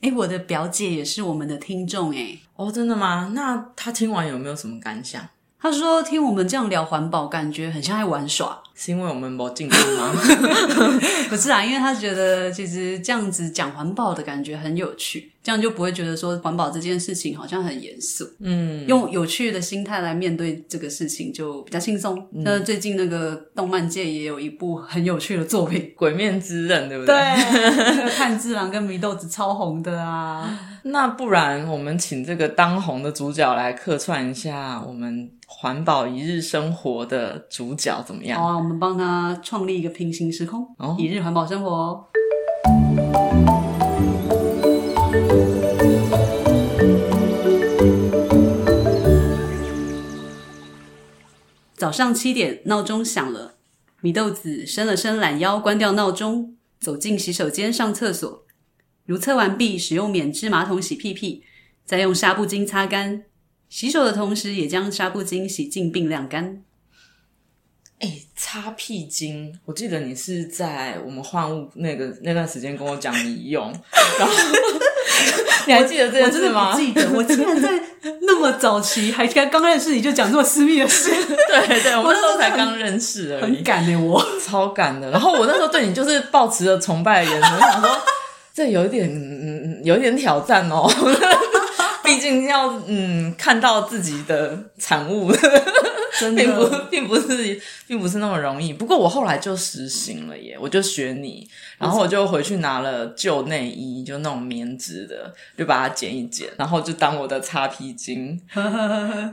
哎，我的表姐也是我们的听众哎，哦，真的吗？那他听完有没有什么感想？她说听我们这样聊环保，感觉很像在玩耍。 是因为我们没进步 吗？不是啊，因为她觉得其实这样子讲环保的感觉很有趣，这样就不会觉得说环保这件事情好像很严肃。嗯，用有趣的心态来面对这个事情，就比较轻松。那、最近那个动漫界也有一部很有趣的作品， 《鬼面之刃》对不对对？， 那个炭治郎跟祢豆子超红的啊。那不然我们请这个当红的主角来客串一下我们环保一日生活的主角怎么样？好啊，我们帮他创立一个平行时空，哦一日环保生活哦。早上七点，闹钟响了。米豆子伸了伸懒腰，关掉闹钟，走进洗手间上厕所。如厕完毕，使用免治马桶洗屁屁，再用纱布巾擦干。洗手的同时，也将纱布巾洗净并晾干。哎、擦屁巾，我记得你是在我们换物那个那段时间跟我讲你 用，然后你还记得这我件真事的吗？不记得，我竟然在那么早期，还刚刚认识你就讲这么私密的 事，对对，我我们那时真候的才很刚认识而很已，敢呢、欸 我。超感的。然后我那时候对你就是抱持着崇拜的眼神，我想说这有一点嗯嗯有一点挑战哦， 毕竟要嗯看到自己的产物，真 并不并不是并不是那么容易。不过我后来就实行了耶，我就学你，然后我就回去拿了旧内衣，就那种棉质的，就把它剪一剪，然后就当我的擦 皮筋。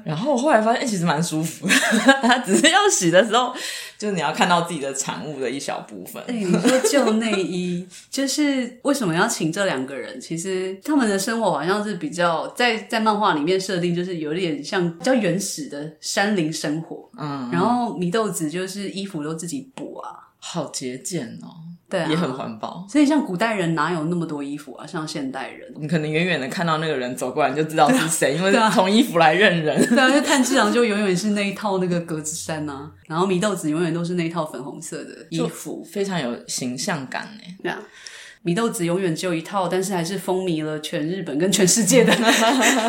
然后我后来发现，欸其实蛮舒服的，它只是要洗的时候，就是你要看到自己的产物的一小部分。哎、你说旧内衣，就是为什么要请这两个人？其实他们的生活好像是比较在在漫画里面设定，就是有点像比较原始的山林生活。嗯，然后祢豆子就是衣服都自己补啊，好节俭哦，对啊，也很。环保。所以像古代人哪有那么多衣服啊？像现代人，你可能远远的看到那个人走过来，你就知道是谁，因 为对啊从衣服来认 人。对啊，就炭治郎就永远是那一套那个格子衫啊，然后祢豆子永远都是那一套粉红色的衣服。非常有形象感 呢。对啊，祢豆子永远只有一套，但是还是风靡了全日本跟全世界的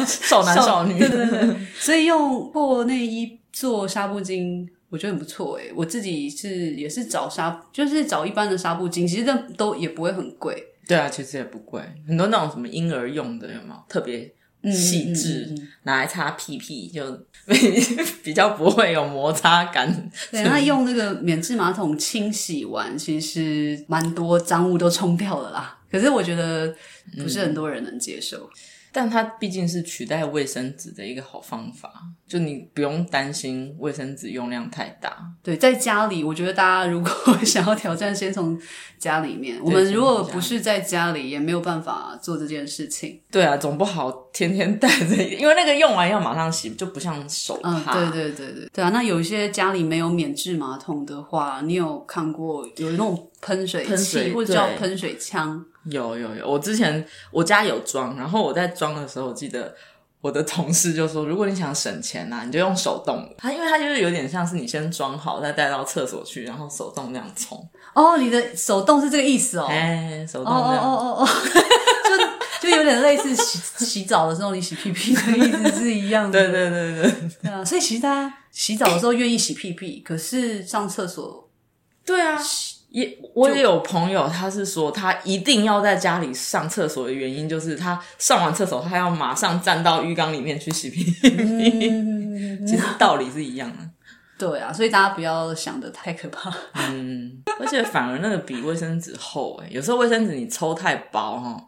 少男少女，对对对， 所以用破内衣做纱布巾。我觉得很不错诶、欸我自己是也是找纱，就是找一般的纱布巾，其实这都也不会很贵，对啊，其实也不贵，很多那种什么婴儿用的有没有特别嗯细致，嗯嗯嗯拿来擦屁屁就 比较不会有摩擦感。对，啊那用那个免治马桶清洗完，其实蛮多脏物都冲掉了啦。可是我觉得不是很多人能接受。但它毕竟是取代卫生纸的一个好方法，就你不用担心卫生纸用量太大。对，在家里，我觉得大家如果 想要挑战，先从家里面。我们如果不是在家里，也没有办法做这件事情。对啊，总不好天天带着，因为那个用完要马上洗，就不像手嗯，帕。对对对对对啊。那有一些家里没有免治马桶的话，你有看过有那种喷水器喷水或者叫对喷水枪？有有有，我之前我家有装，然后我在装的时候，我记得我的同事就说，如果你想省钱啊呐、你就用手动的。它因为它就是有点像是你先装好，再带到厕所去，然后手动那样冲。哦，你的手动是这个意思哦。哎、手哦动这哦样。哦哦哦，就就有点类似洗 洗澡的时候你洗屁屁的意思是一样的。对对对对对啊，所以其实大家洗澡的时候愿意洗屁屁，可是上厕所对啊！也我也有朋友，他是说他一定要在家里上厕所的原因，就是他上完厕所，他要马上站到浴缸里面去洗屁嗯屁。其实道理是一样的。对啊，所以大家不要想的太可怕。嗯，而且反而那个比卫生纸厚哎、有时候卫生纸你抽太薄哈，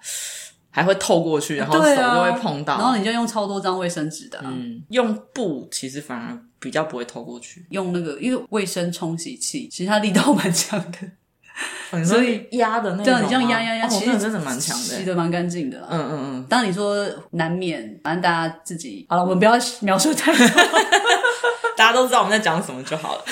还会透过去，然后手对啊就会碰到。然后你就用超多张卫生纸的啊、嗯，用布其实反而比较不会透过去，用那个因为卫生冲洗器，其实它力道蛮强 的，所以压的那种吗对啊，哦你这样压压压，哦其那实个真的蛮强的洗欸。的蛮干净的啦。嗯嗯嗯，当然你说难免，反正大家自己好了，我们不要描述太 多。大家都知道我们在讲什么就好了。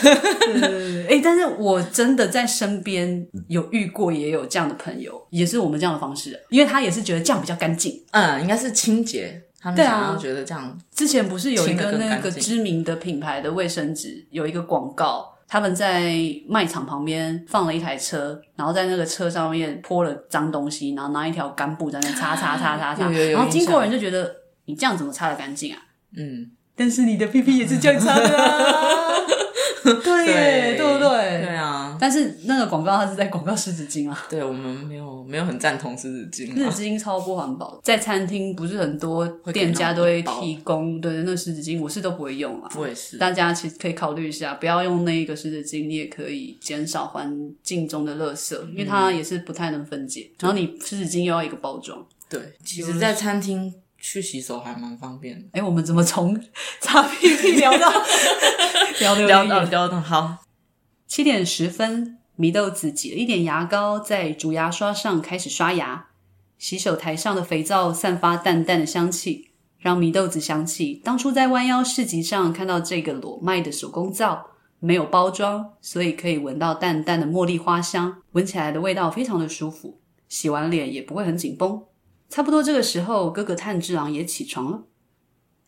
哎、但是我真的在身边有遇过，也有这样的朋友，也是我们这样的方式，因为他也是觉得这样比较干净。嗯，应该是清洁，他们对啊想要觉得这样之前不是有一清得个更那干个净知名的品牌的卫生纸有一个广告，他们在卖场旁边放了一台车，然后在那个车上面泼了脏东西，然后拿一条干布在那擦擦擦擦擦，有有有然后经印过人象就觉得你这样怎么擦的干净啊？嗯，但是你的屁屁也是这样擦的 啊，对耶，对不对？对啊，但是那个广告它是在广告湿纸巾啊，对我们没有没有很赞同湿纸巾湿啊，纸巾超不环保的，在餐厅不是很多店家都会提供，对，那湿纸巾我是都不会用啊。我也是，大家其实可以考虑一下，不要用那一个湿纸巾，你也可以减少环境中的垃圾，因为它嗯也是不太能分解。然后你湿纸巾又要一个包装，对，其实，在餐厅去洗手还蛮方便 的。哎、我们怎么从擦屁 屁聊到聊得有点聊远到聊到好，七点十分，祢豆子挤了一点牙膏，在竹牙刷上开始刷牙。洗手台上的肥皂散发淡淡的香气，让祢豆子想起当初在弯腰市集上看到这个裸卖的手工皂，没有包装，所以可以闻到淡淡的茉莉花香，闻起来的味道非常的舒服。洗完脸也不会很紧绷。差不多这个时候，哥哥炭治郎也起床了。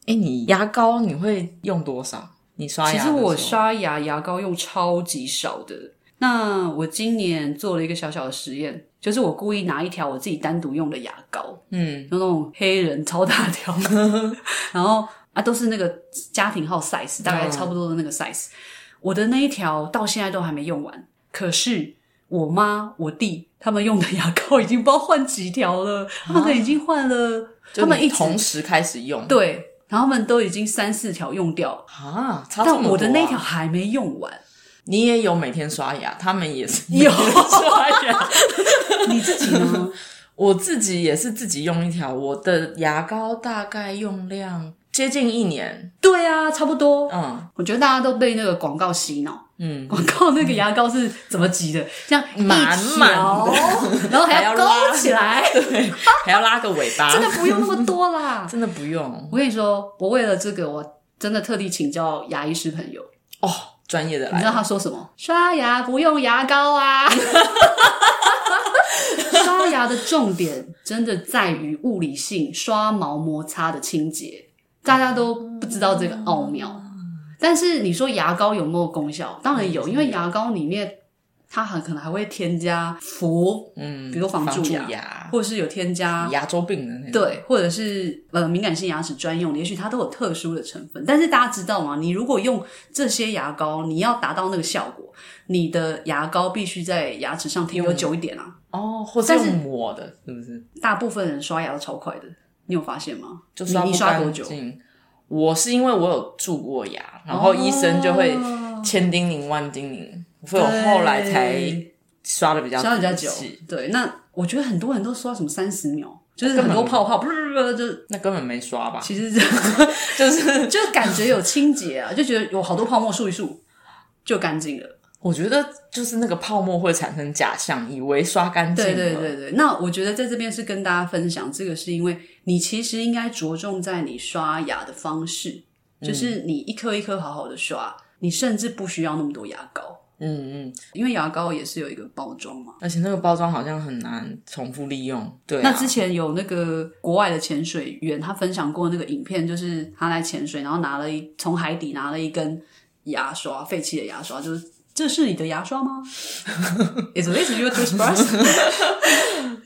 哎、你牙膏你会用多少？你刷牙其的实时候？我刷牙牙膏用超级少的。那我今年做了一个小小的实验，就是我故意拿一条我自己单独用的牙膏，嗯，那种黑人超大条， 然后啊都是那个家庭号 size，大嗯概差不多的那个 size。我的那一条到现在都还没用完，可是我妈、我弟他们用的牙膏已经不知道换几条了，他们可能已经换了，啊就他们你一直同时开始用，对，然后他们都已经三四条用掉了，啊，差这么但多啊我的那条还没用完。你也有每天刷牙，他们也是有每天刷牙。 你自己呢？我自己也是自己用一条，我的牙膏大概用量接近一年。 对啊，差不多。嗯我觉得大家都被那个广告洗脑，嗯，广告那个牙膏是怎么挤的？这样一满满条，然后哦还要还要拉勾起来， 对，还要拉个尾巴，真的不用那么多啦。真的不用我跟你说，我为了这个，我真的特地请教牙医师朋友，哦，专业的你知道来。他说什么？刷牙不用牙膏啊。刷牙的重点真的在于物理性刷毛摩擦的清洁，大家都不知道这个奥妙。但是你说牙膏有没有功效？当然有，因为牙膏里面它很可能还会添加氟，嗯，比如防蛀蛀牙牙、或是有添加牙周病的那种。对，或者是呃敏感性牙齿专用的，也许它都有特殊的成分。但是大家知道吗？你如果用这些牙膏，你要达到那个效果，你的牙膏必须在牙齿上停留久一点啊。哦，或是但是用抹的，是不是？大部分人刷牙都超快的，你有发现吗？就你刷你不刷干多久？净。我是因为我有蛀过牙，然后医生就会哦千叮咛万叮咛，所以我后来才对刷的比较刷比较久仔细。对，那我觉得很多人都刷什么三十秒，就是根很本多泡泡， 不是不是，就那根本没刷吧？其实 这样就是就感觉有清洁啊，就觉得有好多泡沫漱一漱就干净了。我觉得就是那个泡沫会产生假象，以为刷干净了。对对对对，那我觉得在这边是跟大家分享这个，是因为你其实应该着重在你刷牙的方式，嗯就是你一颗一颗好好的刷，你甚至不需要那么多牙膏，嗯嗯，因为牙膏也是有一个包装嘛。而且那个包装好像很难重复利用。对、啊，那之前有那个国外的潜水员，他分享过那个影片，就是他来潜水，然后拿了一从海底拿了一根牙刷，废弃的牙刷，就是这是你的牙刷 吗？Is this your toothbrush？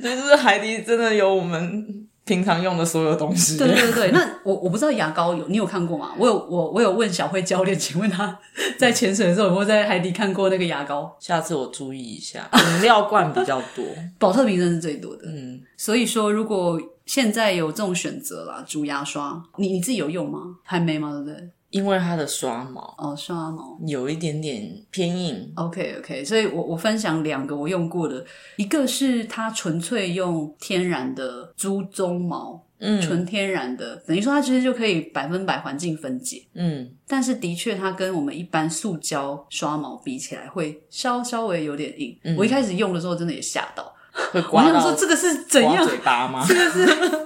对，就是海底真的有我们平常用的所有东西。对对对，那我我不知道牙膏有你有看过吗？我有我我有问小慧教练， 请问他嗯在潜水的时候有没有在海底看过那个牙膏？下次我注意一下，饮料罐比较多。保特瓶真的是最多的，嗯，所以说如果现在有这种选择啦，竹牙刷，你你自己有用吗？还没吗？对不对？因为它的刷毛哦，刷毛。有一点点偏硬， OK OK，所以我我分享两个我用过的，一个是它纯粹用天然的猪鬃毛，嗯纯天然的，等于说它其实就可以百分百环境分解。嗯，但是的确，它跟我们一般塑胶刷毛比起来，会稍稍微有点硬。我一开始用的时候，真的也吓到，会我嗯刮想说到这个是怎刮样？嘴巴吗？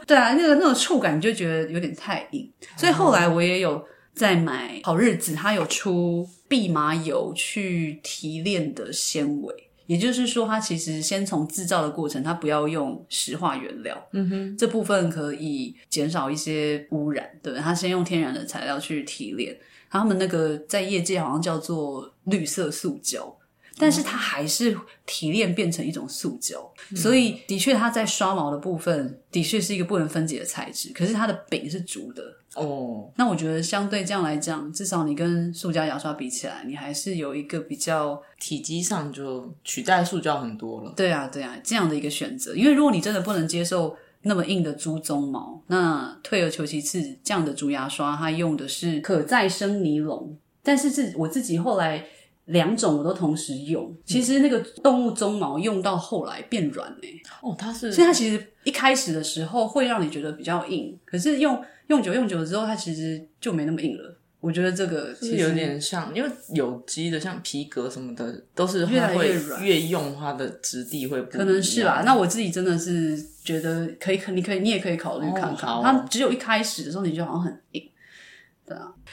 对啊，那个那种触感，你就觉得有点太硬。所以后来我也有在买好日子，它有出蓖麻油去提炼的纤维。也就是说，它其实先从制造的过程，它不要用石化原料， 嗯哼，这部分可以减少一些污染，对不对？它先用天然的材料去提炼，然后他们那个在业界好像叫做绿色塑胶。但是它还是提炼变成一种塑胶，所以的确它在刷毛的部分的确是一个不能分解的材质，可是它的柄是竹的，哦，那我觉得相对这样来讲，至少你跟塑胶牙刷比起来，你还是有一个比较体积上就取代塑胶很多了。对啊对啊这样的一个选择。因为如果你真的不能接受那么硬的猪鬃毛，那退而求其次，这样的竹牙刷它用的是可再生尼龙，但是自我自己后来。两种我都同时用，其实那个动物鬃毛用到后来变软嘞、哦，它是所以它其实一开始的时候会让你觉得比较硬，可是用用久用久之后，它其实就没那么硬了。我觉得这个是其不实是有点像，因为有机的像皮革什么的，都是越来它会越软越用它的质地会不可能是吧。吧。那我自己真的是觉得可以，可你可以，你也可以考虑看哦看。好哦它只有一开始的时候，你就好像很硬。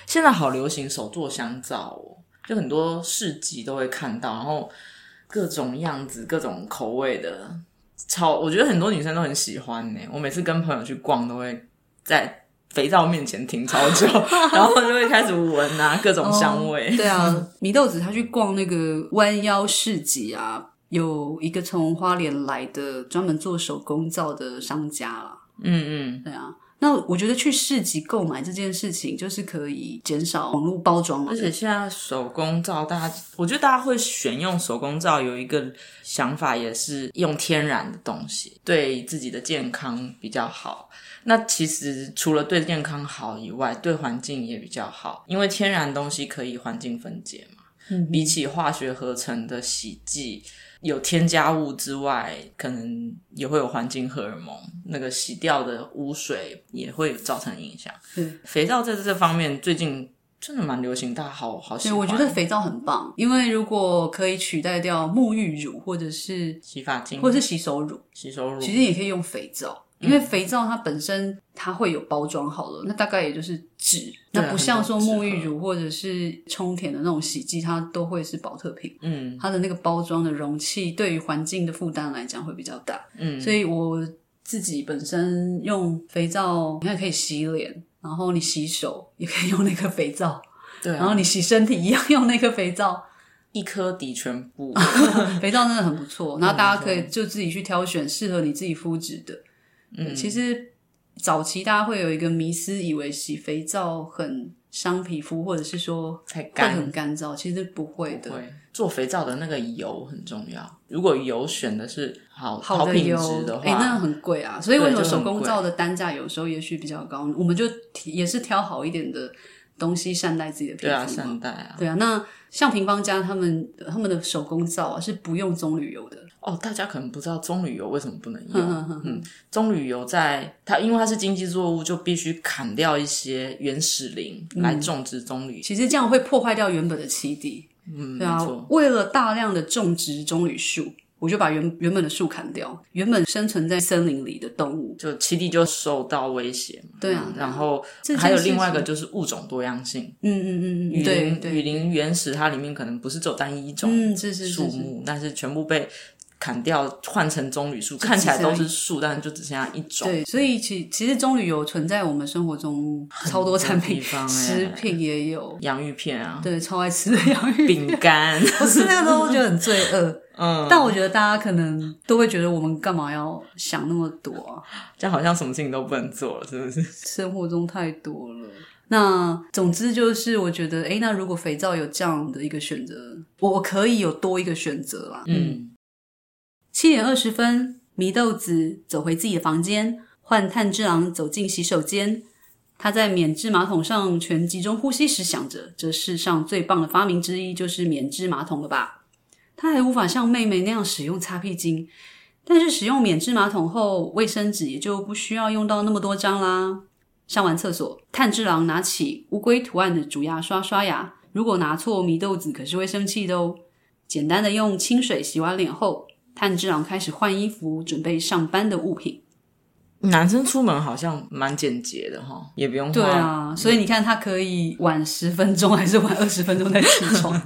现在好流行手做香皂哦，就很多市集都会看到，然后各种样子、各种口味的，超我觉得很多女生都很喜欢呢。我每次跟朋友去逛，都会在肥皂面前停超久，然后就会开始闻啊各种香味。 对啊，米豆子他去逛那个弯腰市集啊，有一个从花莲来的专门做手工皂的商家啦。嗯嗯，对啊，那我觉得去市集购买这件事情，就是可以减少网络包装嘛而。且现在手工皂，大家我觉得大家会选用手工皂，有一个想法也是用天然的东西，对自己的健康比较好。那其实除了对健康好以外，对环境也比较好，因为天然东西可以环境分解嘛。嗯比起化学合成的洗剂，有添加物之外，可能也会有环境荷尔蒙，那个洗掉的污水也会造成影响。对，肥皂在这方面最近真的蛮流行，大家好好喜对，欢。我觉得肥皂很棒，因为如果可以取代掉沐浴乳或者是洗发精或者是洗手乳，洗手乳，其实也可以用肥皂，因嗯为肥皂它本身它会有包装好了，那大概也就是纸，那对啊不很像说多纸嗯沐浴盒乳或者是冲甜的那种洗剂，它都会是保特瓶。嗯它的那个包装的容器对于环境的负担来讲会比较大，嗯，所以我自己本身用肥皂，你看可以洗脸，然后你洗手也可以用那个肥皂，对啊、然后你洗身体一样用那个肥皂，一颗抵全 部，肥皂真的很不嗯错，然后大家啊可以就自己去挑选适合你自己肤质的。嗯，其实早期大家会有一个迷思，以为洗肥皂很伤皮肤，或者是说才会干很干燥，其实不会的。对，做肥皂的那个油很重要。如果油选的是好好的品油质，的哎、话，那很贵啊，所以为什么对就很手工皂的单价有时候也许比较高？我们就提也是挑好一点的东西善待自己的皮对啊，肤嘛。善待啊。对啊，那像平方家他们他们的手工皂啊是不用棕榈油的，哦，大家可能不知道棕榈油为什么不能用。嗯 嗯嗯，棕榈油在它，因为它是经济作物，就必须砍掉一些原始林嗯来种植棕榈。其实这样会破坏掉原本的基地。嗯，对没啊错。，为了大量的种植棕榈树，我就把原原本的树砍掉，原本生存在森林里的动物。就栖地就受到威胁嘛。对啊嗯对啊然后这件还有另外一个就是物种多样性，嗯嗯嗯嗯，雨对林雨对，林原始它里面可能不是只有单一一种嗯，是是树是是，木，但是全部被砍掉换成棕榈树，看起来都是树，但是就只剩下一种。对，所以其其实棕榈油存在我们生活中超多产地品方，食欸品也有，洋芋片啊，对，啊超爱吃的洋芋。 饼干，我吃那个时候觉得很罪恶， 嗯，但我觉得大家可能都会觉得我们干嘛要想那么多啊？ 这样好像什么事情都不能做了，是不是？生活中太多了。那总之就是，我觉得，诶，那如果肥皂有这样的一个选择，我我可以有多一个选择啦。，嗯，七点二十分，祢豆子走回自己的房间，换炭治郎走进洗手间。他在免治马桶上全集中呼吸时，想着这世上最棒的发明之一就是免治马桶了吧？他还无法像妹妹那样使用擦屁巾，但是使用免治马桶后，卫生纸也就不需要用到那么多张啦。上完厕所，炭治郎拿起乌龟图案的竹牙刷刷牙，如果拿错，祢豆子可是会生气的哦。简单的用清水洗完脸后，炭治郎开始换衣服，准备上班的物品。嗯男生出门好像蛮简洁的哈，也不用化对啊，所以你看他可以晚十分钟还是晚二十分钟再起床。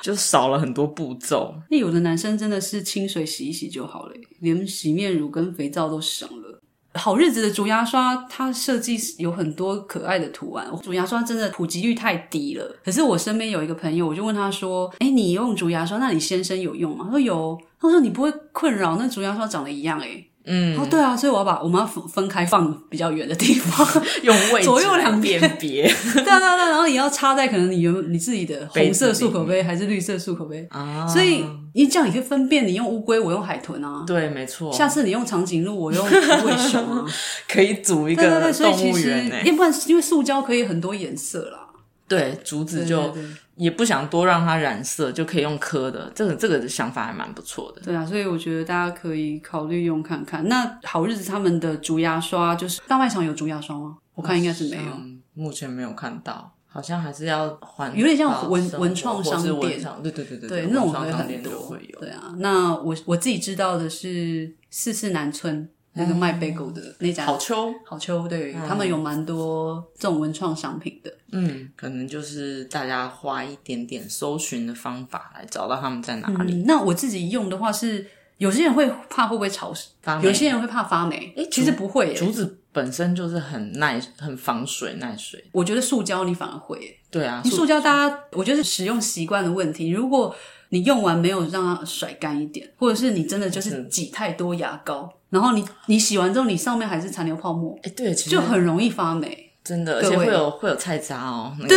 就少了很多步骤。那有的男生真的是清水洗一洗就好了耶，连洗面乳跟肥皂都省了。好日子的竹牙刷，它设计有很多可爱的图案。竹牙刷真的普及率太低了。可是我身边有一个朋友，我就问他说：“哎，你用竹牙刷，那你先生有用吗？”他说有。他说：“你不会困扰那竹牙刷长得一样哎。”嗯，哦，对啊，所以我要把我们要分分开放比较远的地方，用位置左右两边辨别 对啊对啊，对啊然后也要插在可能你原你自己的红色杯子里漱口杯还是绿色漱口杯，啊所以你这样也可以分辨你用乌龟，我用海豚啊。对，没错，下次你用长颈鹿，我 用无尾熊啊。可以组一对对个对，所以其动物实园欸呢。要不然因为塑胶可以很多颜色啦。对，竹子就对对对也不想多让它染色，就可以用科的。这个这个想法还蛮不错的。对啊，所以我觉得大家可以考虑用看看。那好日子他们的竹牙刷就是大卖场有竹牙刷吗？我看应该是没有。嗯，目前没有看到，好像还是要还有点像到文生活文创商或是文店商对对对对对，对，那种文创会商很店就多会。有。对啊，那我我自己知道的是四四南村那嗯个卖贝狗的那家好秋，好秋，对、他们有蛮多这种文创商品的。嗯，可能就是大家花一点点搜寻的方法来找到他们在哪里。嗯，那我自己用的话是，有些人会怕会不会潮湿发，霉有些人会怕发霉。诶，其实不会耶，竹子本身就是很耐、很防水、耐水。我觉得塑胶你反而会耶。对啊，你塑胶大家，我觉得是使用习惯的问题。如果你用完没有让它甩干一点，或者是你真的就是挤太多牙膏，然后你你洗完之后，你上面还是残留泡沫，哎、对，其实就很容易发霉。真的，而各且位会有会有菜渣哦。那个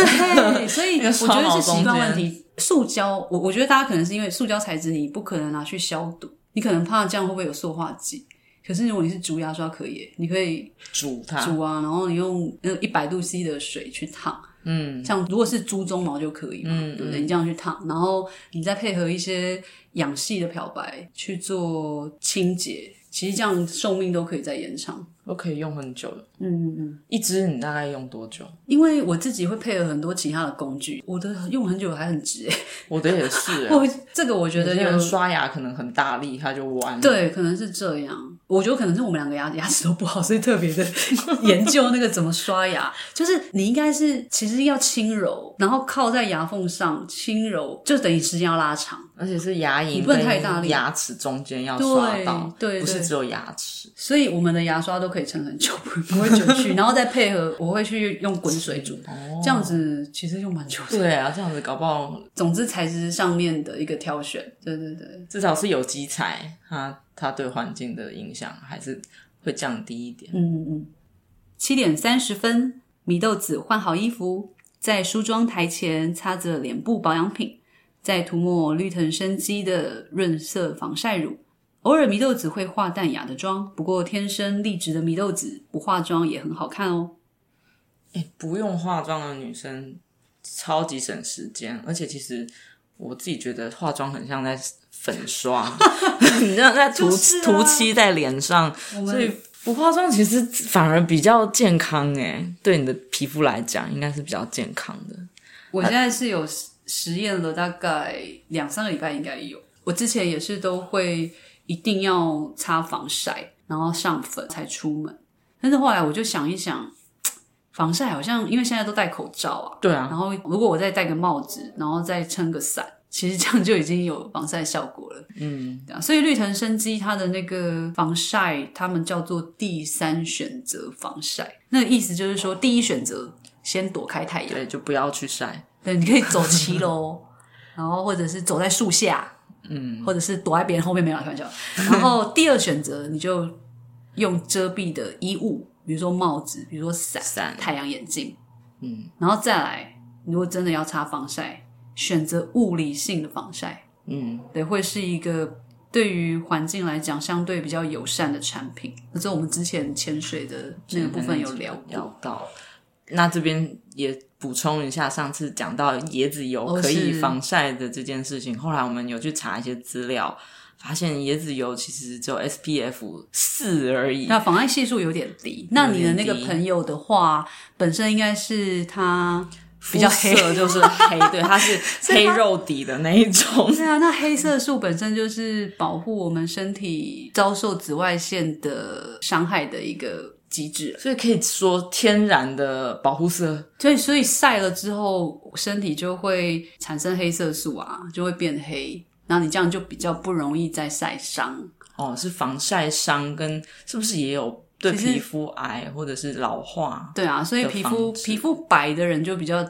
对，所以那个我觉得刷毛是中习惯间问题。塑胶，我我觉得大家可能是因为塑胶材质，你不可能拿去消毒，你可能怕这样会不会有塑化剂。可是如果你是竹牙刷，可以耶，你可以煮它，煮啊，然后你用那一百度 C 的水去烫，嗯，像如果是猪鬃毛就可以嘛，嗯对不对？你这样去烫，然后你再配合一些氧系的漂白去做清洁，其实这样寿命都可以再延长。都可以用很久的。嗯嗯嗯，一支你大概用多久？因为我自己会配合很多其他的工具，我的用很久还很直、欸。我的也 是、欸，我这个我觉得有些人就刷牙可能很大力，它就弯。，对，可能是这样。我觉得可能是我们两个牙牙齿都不好，所以特 别的研究那个怎么刷牙。就是你应该是其实要轻柔，然后靠在牙缝上轻柔，就等于时间要拉长。而且是牙龈你不能太大跟力牙齿中间要刷到，对对不是对只有牙齿。所以我们的牙刷都可以撑很久，不不会久去，然后再配合我会去用滚水煮， 这样子其实用蛮久的。哦对啊，这样子搞不好总之材质上面的一个挑选，对对对，至少是有机材，它它对环境的影响还是会降低一点。嗯嗯嗯。七点三十分，米豆子换好衣服，在梳妆台前擦着脸部保养品，再涂抹绿藤生机的润色防晒乳。偶尔米豆子会化淡雅的妆，不过天生丽质的米豆子不化妆也很好看哦。不用化妆的女生超级省时间，而且其实我自己觉得化妆很像在粉刷， 你这样在涂、就是啊涂漆在脸上，们所以不化妆其实反而比较健康诶，对你的皮肤来讲应该是比较健康的。我现在是有实实验了，大概两三个礼拜应该有。我之前也是都会一定要擦防晒，然后上粉才出门。但是后来我就想一想，防晒好像因为现在都戴口罩啊，对啊，然后如果我再戴个帽子，然后再撑个伞，其实这样就已经有防晒效果了。嗯，对啊。所以绿藤生机它的那个防晒，他们叫做第三选择防晒，那个意思就是说，第一选择先躲开太阳。对，就不要去晒。对，你可以走骑 楼，然后或者是走在树下，嗯，或者是躲在别人后面，没有啦开玩笑。然后第二选择，你就用遮蔽的衣物，比如说帽子，比如说伞、伞太阳眼镜，嗯，然后再来，如果真的要擦防晒，选择物理性的防晒，嗯，对，会是一个。对于环境来讲，相对比较友善的产品，那这我们之前潜水的那嗯个部分有聊过。聊到。那这边也补充一下，上次讲到椰子油哦可以是防晒的这件事情，后来我们有去查一些资料，发现椰子油其实只有 SPF 四而已。那妨碍系数有点低。那你的那个有点低朋友的话，本身应该是他比较黑肤色 就是黑，对，它是以黑它肉底的那一种。对啊，那黑色素本身就是保护我们身体遭受紫外线的伤害的一个机制， 所以可以说天然的保护色，所以所以晒了之后，身体就会产生黑色素啊，就会变黑，然后你这样就比较不容易再晒伤。哦，是防晒伤跟是不是也有对其实皮肤癌或者是老化？对啊，所以的皮防肤止皮肤白的人就比较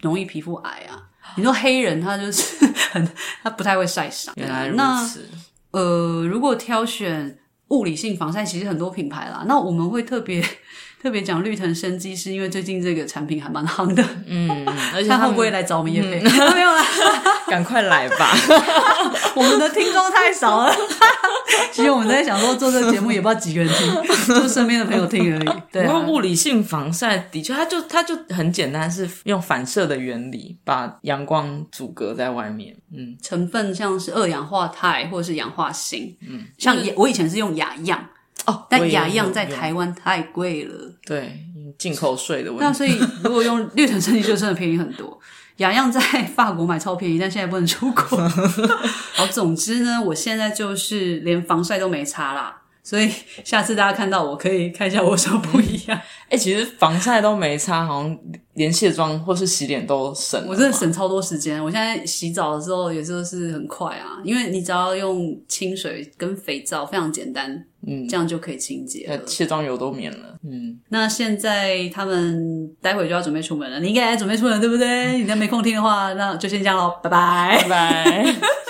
容易皮肤癌啊。你说黑人他就是 很他不太会晒伤，原来如那此，呃，如果挑选物理性防晒，其实很多品牌啦。那我们会特别 特别讲绿藤生机，是因为最近这个产品还蛮夯 的。嗯，而且他他会们不会来找我们叶嗯配？ 没有啦，赶快来吧？我们的听众太少了。 其实我们在想说，做这个节目也不知道几个人 听，就身边的朋友听而已。对、不过啊，物理性防晒的确，它就它就很简单，是用反射的原理把阳光阻隔在外面。嗯，成分像是二氧化钛或者是氧化锌，嗯，像也我以前是用雅漾，哦但雅漾在台台湾太贵了。对嗯进口税的问那题，所以如果用绿藤生机就真的便宜很多。雅漾在法国买超便宜，但现在不能出国。好，总之呢，我现在就是连防晒都没擦啦，所以下次大家看到我可以看一下我有什么不一样。哎、其实防晒都没差，好像连卸妆或是洗脸都省了嘛。我真的省超多时间，我现在洗澡的时候也就是很快啊，因为你只要用清水跟肥皂，非常简单，嗯，这样就可以清洁了呃，。卸妆油都免了。嗯，那现在他们待会就要准备出 门了，你应该也准备出门对不对？你再没空听的话，那就先这样喽，拜拜拜。拜。